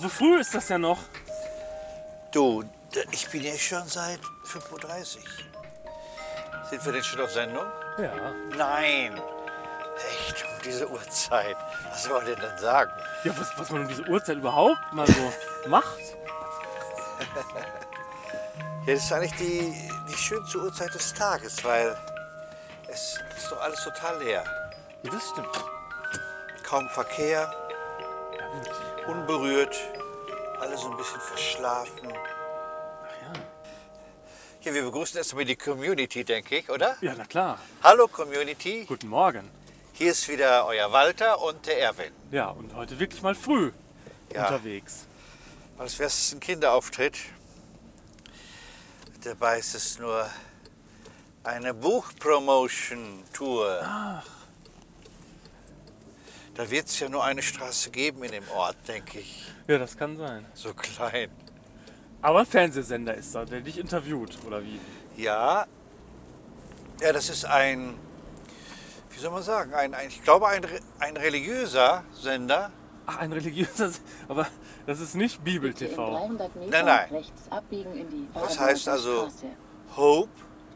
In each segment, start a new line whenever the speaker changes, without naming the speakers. So früh ist das ja noch.
Du, d- ich bin ja schon seit 5.30 Uhr. Sind wir denn schon auf Sendung?
Ja.
Nein. Echt, um diese Uhrzeit. Was soll man denn dann sagen?
Ja, was, was man um diese Uhrzeit überhaupt mal so macht.
Ja, das ist eigentlich die, die schönste Uhrzeit des Tages, weil es ist doch alles total leer.
Ja, das stimmt.
Kaum Verkehr, unberührt, alle so ein bisschen verschlafen.
Ja,
Hier, wir begrüßen erstmal die Community, denke ich, oder?
ja na klar.
Hallo Community,
Guten Morgen.
hier ist wieder euer Walter und der Erwin.
Ja, und heute wirklich mal früh
Ja.
unterwegs.
Als wäre es ein Kinderauftritt. Dabei ist es nur eine Buchpromotion-Tour. Da wird es ja nur eine Straße geben in dem Ort, denke ich.
Ja, das kann sein.
So klein.
Aber ein Fernsehsender ist da, der dich interviewt, oder wie?
Ja, ja, das ist ein, wie soll man sagen, ein, ein ich glaube, ein, re- ein religiöser Sender.
Ach, ein religiöser. Se- Aber das ist nicht
In
Bibel-TV.
300 Metern
Nein, nein.
rechts abbiegen in die
Das
Badenhauser
heißt also-
Straße.
Hope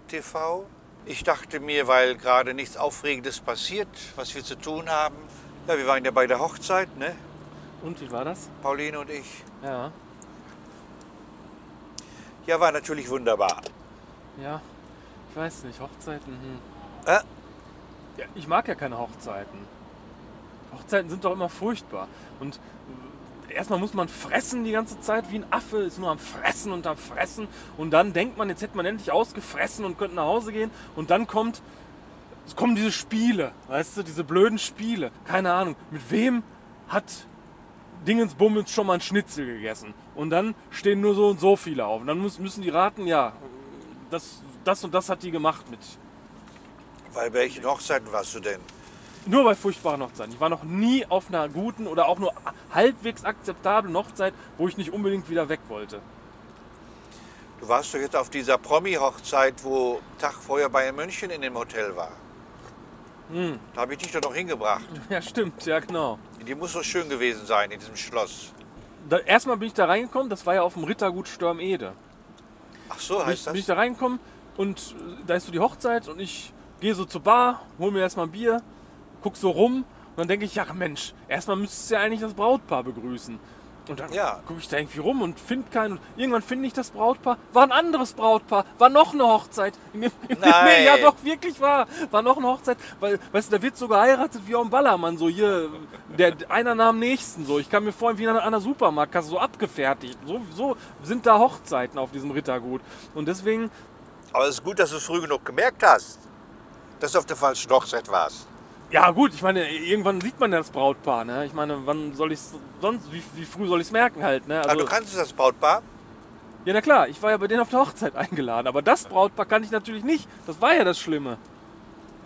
TV. Ich dachte mir, weil gerade nichts Aufregendes passiert, was wir zu tun haben. Ja, wir waren ja bei der Hochzeit, ne?
Und wie war das?
Pauline und ich.
Ja.
Ja, war natürlich wunderbar.
Ja. Ich weiß nicht, Hochzeiten. Hm.
Äh,
Ja, ich mag ja keine Hochzeiten. Hochzeiten sind doch immer furchtbar. Und äh, erstmal muss man fressen die ganze Zeit wie ein Affe, ist nur am Fressen und am Fressen. Und dann denkt man, jetzt hätte man endlich ausgefressen und könnte nach Hause gehen. Und dann kommt, es kommen diese Spiele, weißt du, diese blöden Spiele. Keine Ahnung, mit wem hat Dingensbummels schon mal einen Schnitzel gegessen? Und dann stehen nur so und so viele auf. Und dann muss, müssen die raten, ja, das, das und das hat die gemacht mit
bei welchen Hochzeiten warst du denn?
nur bei furchtbaren Hochzeiten. Ich war noch nie auf einer guten oder auch nur halbwegs akzeptablen Hochzeit, wo ich nicht unbedingt wieder weg wollte.
Du warst doch jetzt auf dieser Promi-Hochzeit, wo Tag vorher Bayern München in dem Hotel war. Da habe ich dich doch noch hingebracht.
Ja, stimmt, ja, genau.
Die muss doch schön gewesen sein in diesem Schloss.
Da, erstmal bin ich da reingekommen, das war ja auf dem Rittergut Störmede.
Ach so,
Bin ich,
heißt
bin ich
das?
da reingekommen und äh, da ist so die Hochzeit und ich gehe so zur Bar, hol mir erstmal ein Bier, guck so rum und dann denke ich, ja Mensch, erstmal müsstest du ja eigentlich das Brautpaar begrüßen. Und dann
Ja.
gucke ich da irgendwie rum und finde keinen. Und irgendwann finde ich das Brautpaar. War ein anderes Brautpaar. War noch eine Hochzeit. In dem, in dem,
Nein.
ja, doch, wirklich war. War noch eine Hochzeit. Weil, weißt du, da wird so geheiratet wie auf dem Ballermann. So hier, der, einer nach dem nächsten. So. Ich kam mir vorhin wie in einer- einer Supermarktkasse so abgefertigt. So, so sind da Hochzeiten auf diesem Rittergut. Und deswegen,
Aber es ist gut, dass du es früh genug gemerkt hast, dass du auf der falschen Hochzeit warst.
ja gut, ich meine, irgendwann sieht man ja das Brautpaar. Ne? Ich meine, wann soll ich sonst, wie, wie früh soll ich es merken halt. Ne?
Aber du kannst das Brautpaar.
Ja, na klar, ich war ja bei denen auf der Hochzeit eingeladen, aber das Brautpaar kannte ich natürlich nicht. Das war ja das Schlimme.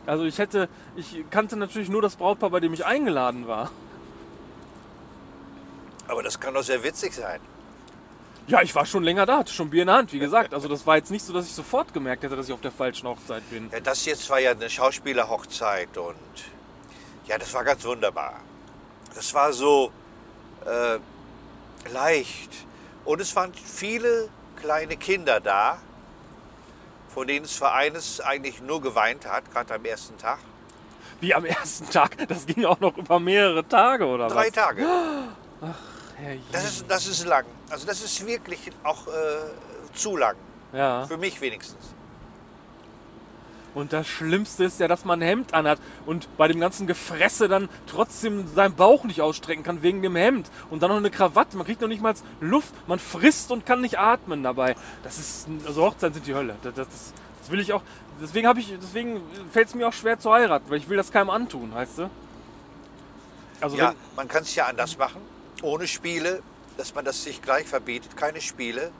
Also ich hätte, ich kannte natürlich nur das Brautpaar, bei dem ich eingeladen war.
Aber das kann doch sehr witzig sein.
Ja, ich war schon länger da, hatte schon Bier in der Hand, wie gesagt. Also das war jetzt nicht so, dass ich sofort gemerkt hätte, dass ich auf der falschen Hochzeit bin.
Ja, das jetzt war ja eine Schauspielerhochzeit und ja, das war ganz wunderbar. Das war so äh, leicht. Und es waren viele kleine Kinder da, von denen es war eines eigentlich nur geweint hat, gerade am ersten Tag.
Wie am ersten Tag. Das ging auch noch über mehrere Tage, oder
Drei
was?
Tage.
Herrje.
Das ist, das ist lang. Also das ist wirklich auch äh, zu lang.
ja.
Für mich wenigstens.
Und das Schlimmste ist ja, dass man ein Hemd anhat und bei dem ganzen Gefresse dann trotzdem seinen Bauch nicht ausstrecken kann wegen dem Hemd. Und dann noch eine Krawatte. Man kriegt noch nicht mal Luft. Man frisst und kann nicht atmen dabei. Das ist, also Hochzeiten sind die Hölle. Das, das, das, das will ich auch. Deswegen habe ich, deswegen fällt es mir auch schwer zu heiraten, weil ich will das keinem antun, weißt du? Also
Ja, man kann es ja anders machen, ohne Spiele, dass man das sich gleich verbietet, keine Spiele.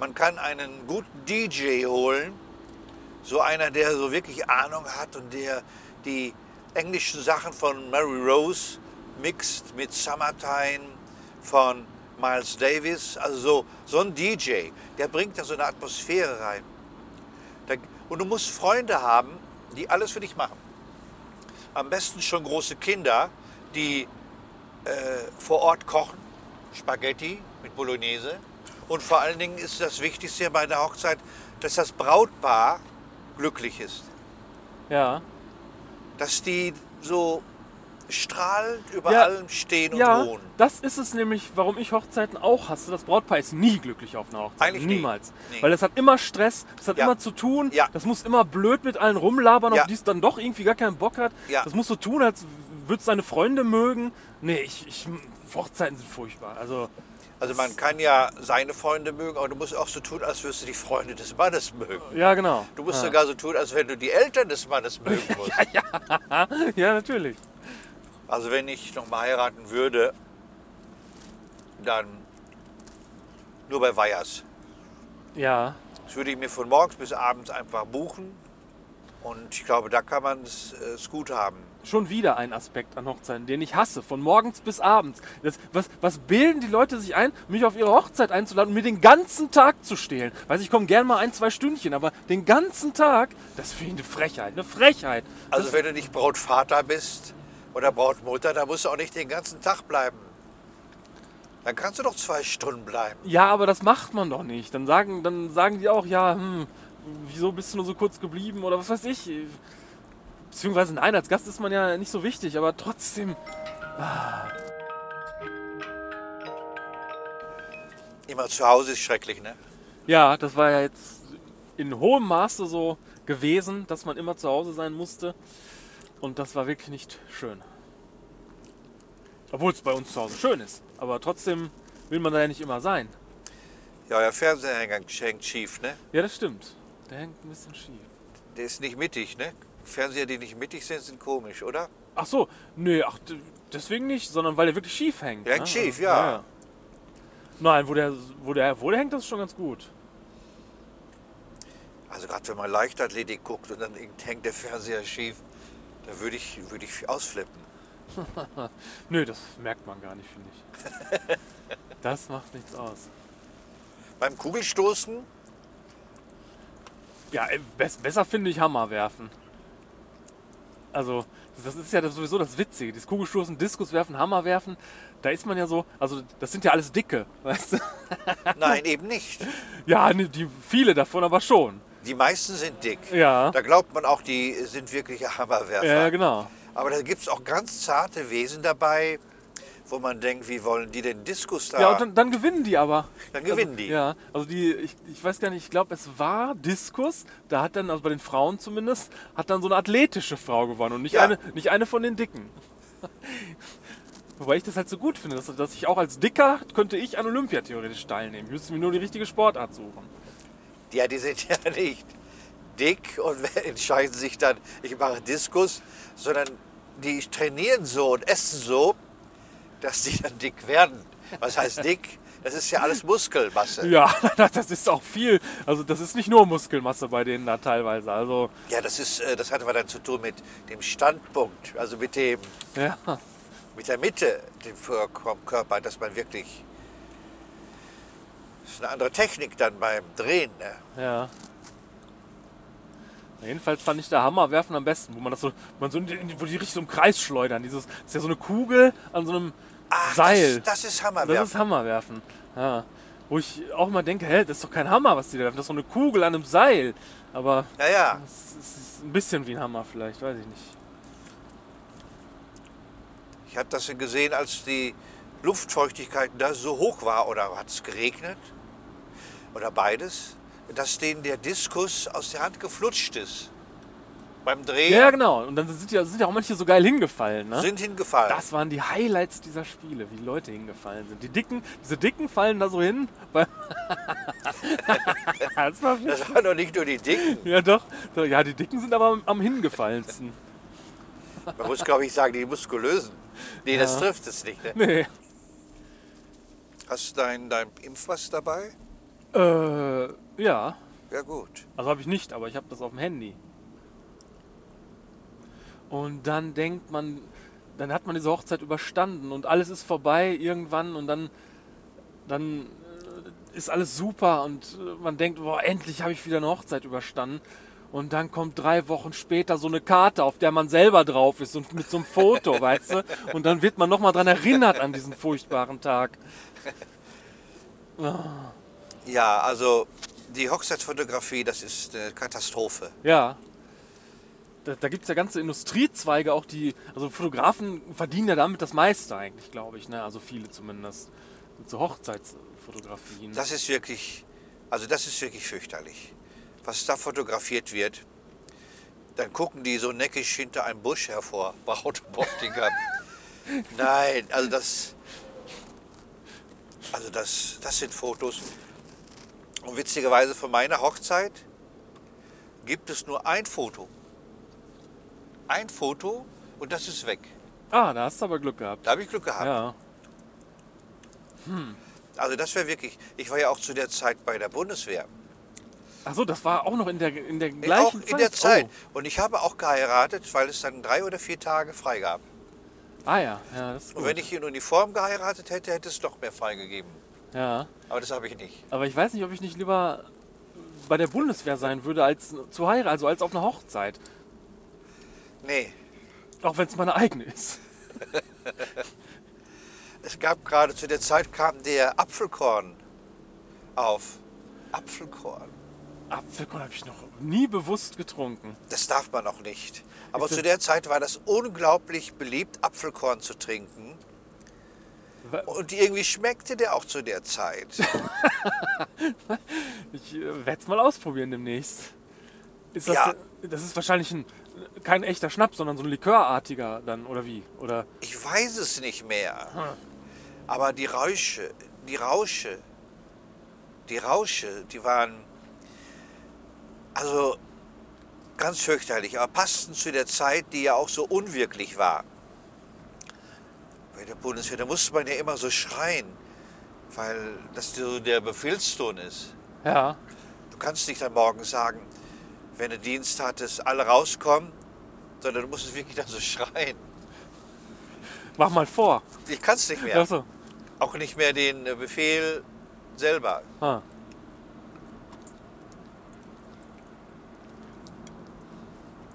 Man kann einen guten DJ holen, so einer, der so wirklich Ahnung hat und der die englischen Sachen von Mary Rose mixt mit Summertime von Miles Davis, also so, so ein DJ, der bringt da so eine Atmosphäre rein. Da, und du musst Freunde haben, die alles für dich machen am besten schon große Kinder, die äh, vor Ort kochen Spaghetti mit Bolognese. Und vor allen Dingen ist das Wichtigste bei einer Hochzeit, dass das Brautpaar glücklich ist.
Ja.
Dass die so strahlend über
Ja.
allem stehen und
Ja,
ruhen.
das ist es nämlich, warum ich Hochzeiten auch hasse. Das Brautpaar ist nie glücklich auf einer Hochzeit.
Eigentlich nie.
Niemals.
Nee.
Weil es hat immer Stress, es hat
Ja.
immer zu tun,
Ja.
das muss immer blöd mit allen rumlabern,
Ja.
auf die es dann doch irgendwie gar keinen Bock hat.
Ja.
Das muss so tun, als würde es seine Freunde mögen. Nee, ich, ich, Hochzeiten sind furchtbar. Also,
Also man kann ja seine Freunde mögen, aber du musst auch so tun, als würdest du die Freunde des Mannes mögen.
ja, genau.
Du musst
ja.
sogar so tun, als wenn du die Eltern des Mannes mögen musst.
Ja, natürlich.
Also wenn ich nochmal heiraten würde, dann nur bei Weihers.
Ja.
Das würde ich mir von morgens bis abends einfach buchen. Und ich glaube, da kann man es äh, es gut haben.
Schon wieder ein Aspekt an Hochzeiten, den ich hasse, von morgens bis abends. Das, was, was bilden die Leute sich ein, mich auf ihre Hochzeit einzuladen und mir den ganzen Tag zu stehlen? Weiß ich komme gern mal ein, zwei Stündchen, aber den ganzen Tag, das finde ich eine Frechheit, eine Frechheit.
Also wenn du nicht Brautvater bist oder Brautmutter, dann musst du auch nicht den ganzen Tag bleiben. Dann kannst du doch zwei Stunden bleiben.
Ja, aber das macht man doch nicht. Dann sagen, dann sagen die auch, ja, hm, wieso bist du nur so kurz geblieben oder was weiß ich. Beziehungsweise nein, als Gast ist man ja nicht so wichtig, aber trotzdem.
Immer zu Hause ist schrecklich, ne?
Ja, das war ja jetzt in hohem Maße so gewesen, dass man immer zu Hause sein musste. Und das war wirklich nicht schön. Obwohl es bei uns zu Hause schön ist. Aber trotzdem will man da ja nicht immer sein.
Ja, der Fernsehhänger hängt schief, ne?
Ja, das stimmt. Der hängt ein bisschen schief.
Der ist nicht mittig, ne? Fernseher, die nicht mittig sind, sind komisch, oder?
Ach so, nee, ach, d- deswegen nicht, sondern weil der wirklich schief hängt. ne? Also,
Der hängt schief, ja.
Nein, wo der, wo, der, wo der hängt, das ist schon ganz gut.
Also gerade wenn man Leichtathletik guckt und dann irgend- hängt der Fernseher schief, da würde ich, würde ich ausflippen.
Nö, das merkt man gar nicht, finde ich. das macht nichts aus.
Beim Kugelstoßen,
Ja, äh, bess- besser finde ich Hammer werfen. Also, das ist ja das- sowieso das Witzige. Dieses Kugelstoßen, Diskus werfen, Hammer werfen, da ist man ja so, also das sind ja alles Dicke, weißt du?
nein, eben nicht.
Ja, ne, die, viele davon aber schon.
Die meisten sind dick.
Ja.
Da glaubt man auch, die sind wirkliche Hammerwerfer.
Ja, genau.
Aber da gibt es auch ganz zarte Wesen dabei, wo man denkt, wie wollen die den Diskus da?
Ja, und dann, dann gewinnen die aber.
Dann gewinnen
also,
die.
Ja, also die, ich, ich weiß gar nicht, ich glaube, es war Diskus, da hat dann, also bei den Frauen zumindest, hat dann so eine athletische Frau gewonnen und nicht,
Ja.
eine, nicht eine von den Dicken. Wobei ich das halt so gut finde, dass, dass ich auch als Dicker könnte ich an Olympia theoretisch teilnehmen. Ich müsste mir nur die richtige Sportart suchen.
ja, die sind ja nicht dick und entscheiden sich dann, ich mache Diskus, sondern die trainieren so und essen so, dass die dann dick werden. Was heißt dick? Das ist ja alles Muskelmasse.
Ja, das ist auch viel. Also das ist nicht nur Muskelmasse bei denen da teilweise. Also,
Ja, das, ist, äh, das hat aber dann zu tun mit dem Standpunkt, also mit, dem,
ja.
mit der Mitte dem Vor- vom Körper, dass man wirklich. Das ist eine andere Technik dann beim Drehen. Ne?
Ja. Na, Jedenfalls fand ich der Hammerwerfen am besten, wo man das so, man so in die, wo die richtig so im Kreis schleudern. Dieses, das ist ja so eine Kugel an so einem
Ach,
Seil.
Das, das ist
Das
Hammerwerfen.
ist Hammerwerfen. Ja. Wo ich auch mal denke, hä, das ist doch kein Hammer, was die da werfen, das ist so eine Kugel an einem Seil. Aber
ja, ja.
es ist- es ist ein bisschen wie ein Hammer vielleicht, weiß ich nicht.
Ich habe das gesehen, als die Luftfeuchtigkeit da so hoch war oder hat es geregnet oder beides, dass denen der Diskus aus der Hand geflutscht ist. Beim Drehen
Ja, genau. Und dann sind ja, sind ja auch manche so geil hingefallen, ne?
sind hingefallen.
Das waren die Highlights dieser Spiele, wie die Leute hingefallen sind. Die dicken, diese dicken fallen da so hin. weil- das war
Das waren doch nicht nur die Dicken.
Ja, doch. So, Ja, die Dicken sind aber am, am hingefallensten.
Man muss, glaube ich, sagen, die muskulösen. Nee, das trifft es nicht. Ne?
Nee.
Hast du dein, dein Impfpass dabei?
Äh, ja.
Ja, gut.
Also habe ich nicht, aber ich habe das auf dem Handy. Und dann denkt man, dann hat man diese Hochzeit überstanden und alles ist vorbei irgendwann und dann, dann äh, ist alles super und äh, man denkt, boah, endlich habe ich wieder eine Hochzeit überstanden. Und dann kommt drei Wochen später so eine Karte, auf der man selber drauf ist und mit so einem Foto, weißt du? Und dann wird man nochmal dran erinnert an diesen furchtbaren Tag.
Ja, also die Hochzeitsfotografie, das ist eine Katastrophe.
Ja. Da, da gibt es ja ganze Industriezweige auch, die, also Fotografen verdienen ja damit das meiste eigentlich, glaube ich, ne? Also viele zumindest. Mit so Hochzeitsfotografien.
Das ist wirklich, also das ist wirklich fürchterlich. Was da fotografiert wird, dann gucken die so neckisch hinter einem Busch hervor, Braut und Bräutigam. Nein, also das, also das, das sind Fotos. Und witzigerweise von meiner Hochzeit gibt es nur ein Foto. Ein Foto und das ist weg.
ah, da hast du aber Glück gehabt.
Da habe ich Glück gehabt.
Ja.
Also das wäre wirklich, ich war ja auch zu der Zeit bei der Bundeswehr.
Achso, das war auch noch in der, in der gleichen
Äh, auch in
Zeit.
der Zeit. Und ich habe auch geheiratet, weil es dann drei oder vier Tage frei gab.
Oh. Ah ja, ja, das ist
Und
gut.
wenn ich in Uniform geheiratet hätte, hätte es noch mehr freigegeben.
Ja.
Aber das habe ich nicht.
Aber ich weiß nicht, ob ich nicht lieber bei der Bundeswehr sein würde, als zu heiraten, also als auf einer Hochzeit.
Nee,
Auch wenn es meine eigene ist.
es gab gerade zu der Zeit kam der Apfelkorn auf. Apfelkorn.
Apfelkorn habe ich noch nie bewusst getrunken.
Das darf man noch nicht. Aber
Ist
zu
das-
der Zeit war das unglaublich beliebt, Apfelkorn zu trinken.
Wa-
Und irgendwie schmeckte der auch zu der Zeit.
Ich äh, werde es mal ausprobieren demnächst. Ist das,
Ja.
das ist wahrscheinlich ein, kein echter Schnaps, sondern so ein likörartiger dann, oder wie? Oder
Ich weiß es nicht mehr. Aber die Räusche, die Rausche, die Rausche, die waren also ganz fürchterlich, aber passten zu der Zeit, die ja auch so unwirklich war. Bei der Bundeswehr, da musste man ja immer so schreien, weil das so der Befehlston ist.
ja.
Du kannst nicht dann morgen sagen, wenn du Dienst hattest, alle rauskommen, sondern du musst es wirklich dann so schreien.
Mach mal vor.
Ich kann es nicht mehr.
Ja. Achso.
auch nicht mehr den äh, Befehl selber.
Ah.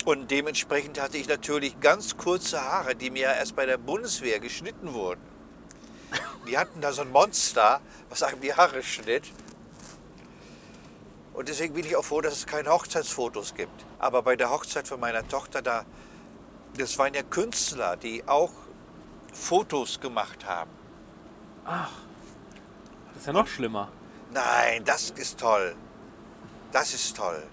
Und dementsprechend hatte ich natürlich ganz kurze Haare, die mir ja erst bei der Bundeswehr geschnitten wurden. Die hatten da so ein Monster, was einem die Haare schnitt. Und deswegen bin ich auch froh, dass es keine Hochzeitsfotos gibt. Aber bei der Hochzeit von meiner Tochter, da, das waren ja Künstler, die auch Fotos gemacht haben.
Das ist ja noch schlimmer.
Nein, das ist toll. Das ist toll.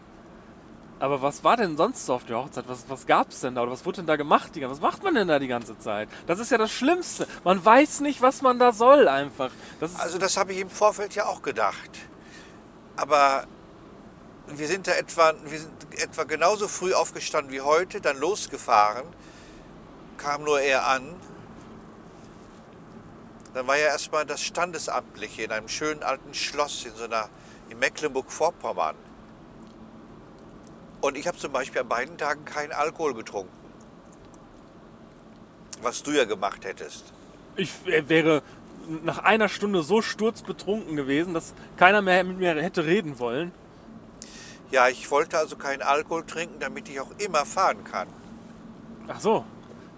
Aber was war denn sonst so auf der Hochzeit? Was, was gab's denn da? Oder was wurde denn da gemacht? die ganze- Was macht man denn da die ganze Zeit? Das ist ja das Schlimmste. Man weiß nicht, was man da soll einfach. Das ist,
Also das habe ich im Vorfeld ja auch gedacht. Aber wir sind da etwa, wir sind etwa genauso früh aufgestanden wie heute, dann losgefahren, kam nur er an. Dann war ja erstmal das Standesamtliche in einem schönen alten Schloss in so einer in Mecklenburg-Vorpommern. Und ich habe zum Beispiel an beiden Tagen keinen Alkohol getrunken. Was du ja gemacht hättest.
ich äh, wäre nach einer Stunde so sturzbetrunken gewesen, dass keiner mehr mit mir hätte reden wollen.
Ja, ich wollte also keinen Alkohol trinken, damit ich auch immer fahren kann.
Ach so.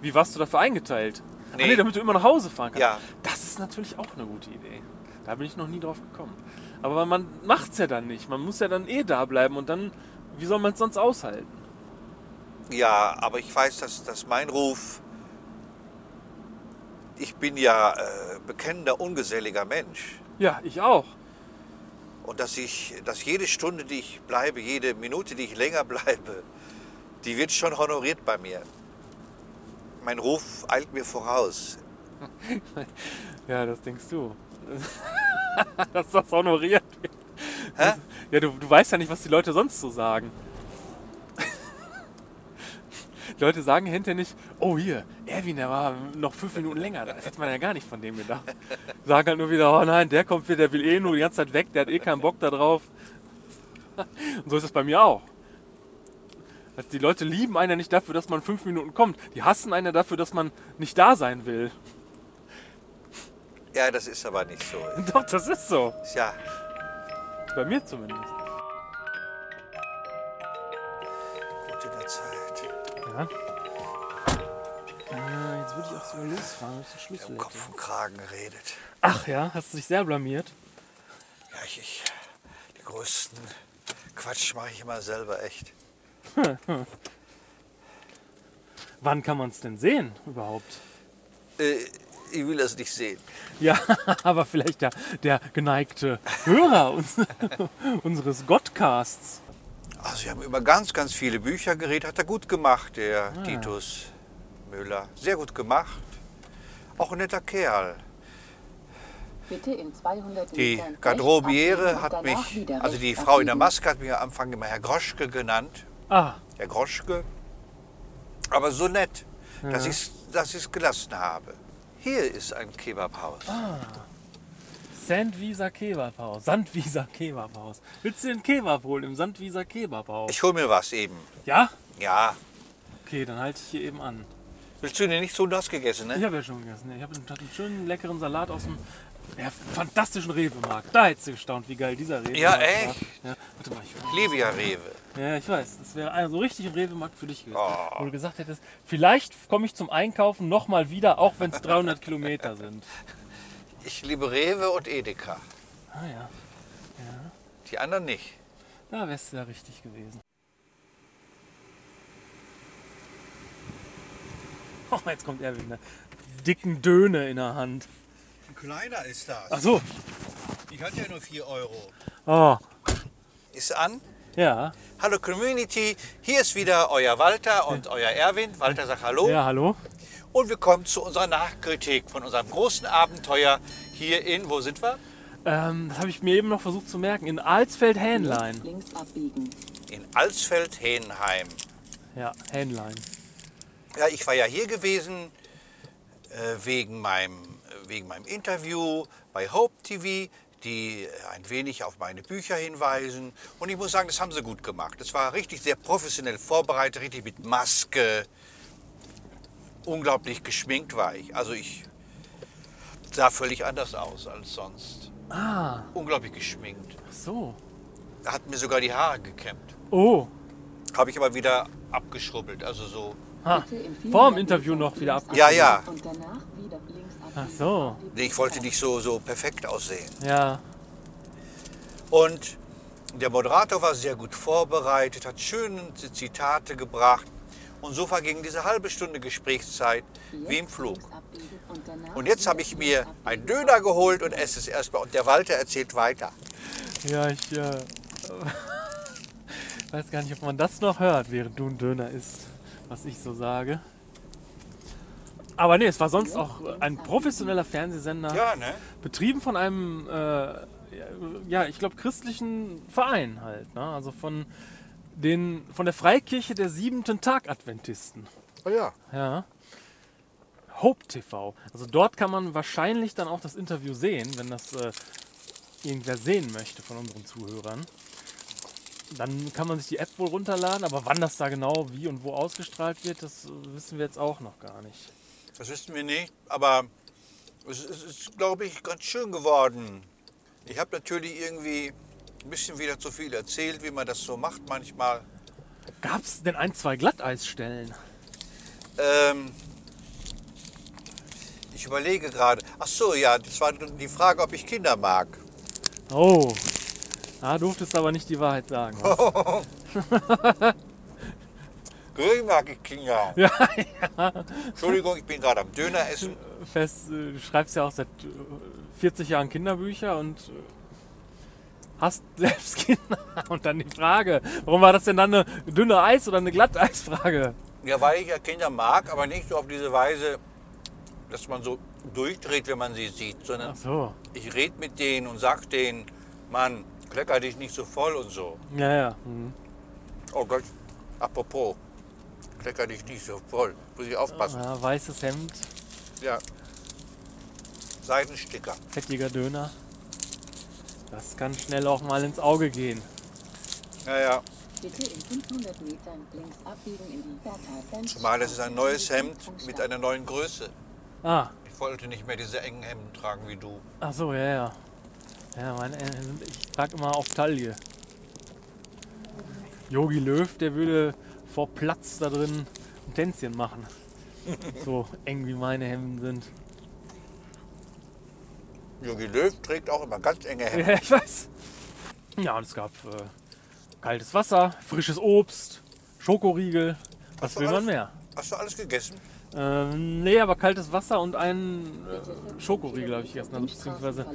Wie warst du dafür eingeteilt? Nee.
Nee.
Ach nee, damit du immer nach Hause fahren kannst.
Ja.
Das ist natürlich auch eine gute Idee. Da bin ich noch nie drauf gekommen. Aber man macht's ja dann nicht. Man muss ja dann eh da bleiben und dann, wie soll man es sonst aushalten?
Ja, aber ich weiß, dass, dass mein Ruf. Ich bin ja äh, bekennender, ungeselliger Mensch.
Ja, ich auch.
Und dass ich, dass jede Stunde, die ich bleibe, jede Minute, die ich länger bleibe, die wird schon honoriert bei mir. Mein Ruf eilt mir voraus.
Ja, das denkst du. Dass das honoriert wird.
Hä?
Ja, du, du weißt ja nicht, was die Leute sonst so sagen. Die Leute sagen hinterher nicht, oh hier, Erwin, der war noch fünf Minuten länger. Das hätte man ja gar nicht von dem gedacht. Sagen halt nur wieder, oh nein, der kommt wieder, der will eh nur die ganze Zeit weg, der hat eh keinen Bock da drauf. Und so ist es bei mir auch. Also die Leute lieben einen ja nicht dafür, dass man fünf Minuten kommt. Die hassen einen ja dafür, dass man nicht da sein will.
Ja, das ist aber nicht so.
Doch, das ist so.
Ja,
Bei mir zumindest. Ah, würde ich auch sogar losfahren, wenn ich den Schlüssel
Im Kopf und Kragen geredet.
Ach ja, hast du dich sehr blamiert.
Ja, ich, ich, den größten Quatsch mache ich immer selber echt.
Wann kann man es denn sehen überhaupt?
Äh, ich will das nicht sehen.
Ja, aber vielleicht der, der geneigte Hörer uns, unseres Gottcasts.
Also wir haben über ganz, ganz viele Bücher geredet. Hat er gut gemacht, der
Ah.
Titus Müller. Sehr gut gemacht. Auch ein netter Kerl.
Bitte in 200
Die
Metern rechts
Garderobiere
abbiegen
hat
und danach
mich,
wieder
also die
rechts
Frau in der
abbiegen.
Maske hat mich am Anfang immer Herr Groschke genannt.
Ah,
Herr Groschke. Aber so nett, dass ich dass ich's gelassen habe. Hier ist ein Kebabhaus.
Ah.
Sandwieser Kebabhaus. Sandwieser Kebabhaus. Willst du den Kebab holen im Sandwieser Kebabhaus?
Ich hol mir was eben.
Ja?
Ja.
Okay, dann halte ich hier eben an.
Willst du dir nicht so nass gegessen, ne?
Ich habe ja schon gegessen. Ich habe einen, hatte einen schönen leckeren Salat aus dem ja, fantastischen Rewe-Markt. Da hättest du gestaunt, wie geil dieser Rewe-Markt
Ja,
war.
echt?
Ja, warte mal, ich
Ich liebe ja Rewe.
Ja, ich weiß. Das wäre einer so richtig im Rewe-Markt für dich gewesen.
Oh.
Wo du gesagt hättest, vielleicht komme ich zum Einkaufen nochmal wieder, auch wenn es 300 Kilometer sind.
Ich liebe Rewe und Edeka.
Ah ja,
Die anderen nicht.
da wärst du ja richtig gewesen. Oh, jetzt kommt er mit einer dicken Döne in der Hand.
Kleiner ist
Ach
das.
so.
Ich hatte ja nur 4 Euro.
Oh,
Ist an.
ja.
Hallo Community, hier ist wieder euer Walter und euer Erwin. Walter sagt Hallo.
Ja, hallo.
Und wir kommen zu unserer Nachkritik von unserem großen Abenteuer hier in, wo sind wir?
Ähm, das habe ich mir eben noch versucht zu merken. In Alsfeld-Hähnlein.
Links abbiegen.
In Alsfeld-Hähnheim.
Ja, Hähnlein.
Ja, ich war ja hier gewesen äh, wegen, meinem, äh, wegen meinem Interview bei Hope TV, die äh, ein wenig auf meine Bücher hinweisen. Und ich muss sagen, das haben sie gut gemacht. Das war richtig sehr professionell vorbereitet, richtig mit Maske. Unglaublich geschminkt war ich. Also ich sah völlig anders aus als sonst.
Ah,
Unglaublich geschminkt.
ach so.
Hat mir sogar die Haare gekämmt.
Oh,
Habe ich aber wieder abgeschrubbelt. Also so
ha.
Bitte in 400
Ah, Vor dem Interview
Metern
noch wieder
links
abgeschrieben.
Ja, ja.
abbiegen Und danach wieder links
Ach
abbiegen.
so.
Nee, Ich wollte nicht so, so perfekt aussehen.
Ja,
Und der Moderator war sehr gut vorbereitet, hat schöne Z- Zitate gebracht. Und so verging diese halbe Stunde Gesprächszeit wie im Flug.
Links abbiegen Und, danach
Und jetzt
wieder
habe ich mir
links abbiegen.
einen Döner geholt und esse es erstmal. Und der Walter erzählt weiter.
ja, ich äh, weiß gar nicht, ob man das noch hört, während du ein Döner isst, was ich so sage. Aber nee, es war sonst auch ein professioneller Fernsehsender,
ne?
betrieben von einem, äh, ja, ich glaube, christlichen Verein halt. Ne? Also von, den, von der Freikirche der siebenten Tag Adventisten.
Oh ja.
Ja. Hope TV. Also dort kann man wahrscheinlich dann auch das Interview sehen, wenn das äh, irgendwer sehen möchte von unseren Zuhörern. Dann kann man sich die App wohl runterladen, aber wann das da genau, wie und wo ausgestrahlt wird, das äh, wissen wir jetzt auch noch gar nicht.
Das wissen wir nicht, aber es ist, ist glaube ich, ganz schön geworden. Ich habe natürlich irgendwie ein bisschen wieder zu viel erzählt, wie man das so macht manchmal.
Gab es denn ein, zwei Glatteisstellen?
Ähm, ich überlege gerade. Ach so, ja, das war die Frage, ob ich Kinder mag.
Oh. Da durftest du aber nicht die Wahrheit sagen.
Natürlich mag ich Kinder.
Ja,
Entschuldigung, ich bin gerade am Döner essen.
Fest, äh, du schreibst ja auch seit äh, 40 Jahren Kinderbücher und äh, hast selbst Kinder. Und dann die Frage, warum war das denn dann eine dünne Eis- oder eine Glatteisfrage?
Ja, weil ich ja Kinder mag, aber nicht so auf diese Weise, dass man so durchdreht, wenn man sie sieht, sondern
Ach so.
ich rede mit denen und sag denen, Mann, klecker dich nicht so voll und so.
Ja, ja. Mhm.
Oh Gott, apropos, klecker dich nicht so voll. Muss ich aufpassen.
ja weißes Hemd,
Ja. Seidensticker.
fettiger Döner. Das kann schnell auch mal ins Auge gehen.
Ja, ja.
Bitte in 500 Metern links abbiegen in die Berghalter
Zumal es ist ein neues
Straße.
Hemd mit einer neuen Größe.
Ah,
Ich wollte nicht mehr diese engen Hemden tragen wie du.
ach so, ja, ja. Ja, meine, äh, ich trage immer auf Taille. Yogi Löw, der würde vor Platz da drin ein Tänzchen machen. so eng wie meine Hemden sind.
Jogi Löw trägt auch immer ganz enge Hemden.
Ja, ich weiß. Ja, und es gab äh, kaltes Wasser, frisches Obst, Schokoriegel. Was
du
will man
alles?
mehr?
Hast du alles gegessen?
Ähm, nee, aber kaltes Wasser und einen äh, Schokoriegel habe ich gegessen. Also beziehungsweise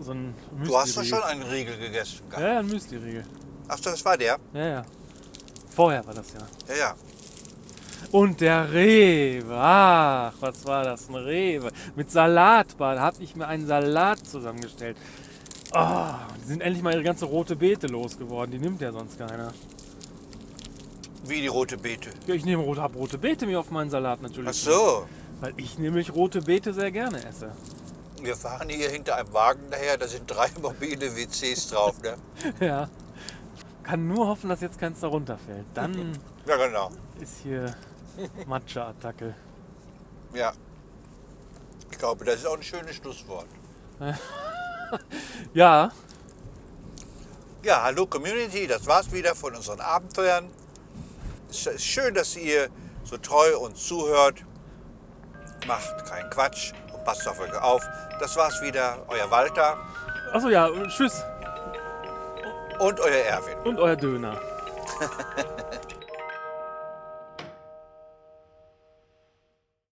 so ein Müsli.
Du hast doch schon einen Riegel gegessen.
Ja,
gehabt.
ja, ein Müsli-Riegel.
Ach so, das war der?
Ja, ja. Vorher war das ja.
Ja, ja.
Und der Rewe. Ach, was war das? Ein Rewe. Mit Salatbar. Da habe ich mir einen Salat zusammengestellt. Ah, die sind endlich mal ihre ganze rote Beete losgeworden. Die nimmt ja sonst keiner.
Wie die rote Beete.
Ja, ich nehme rote, hab rote Beete mir auf meinen Salat natürlich.
Ach so.
Weil ich nämlich rote Beete sehr gerne esse.
Wir fahren hier hinter einem Wagen daher, da sind drei mobile WCs drauf, ne?
ja. Kann nur hoffen, dass jetzt keins darunter fällt. Dann
Ja, genau.
ist hier Matcha-Attacke.
Ja. Ich glaube, das ist auch ein schönes Schlusswort.
Ja,
Ja, hallo Community, das war's wieder von unseren Abenteuern. Es ist schön, dass ihr so treu uns zuhört. Macht keinen Quatsch und passt auf euch auf. Das war's wieder, euer Walter
achso ja, tschüss
und euer Erwin.
und euer Döner.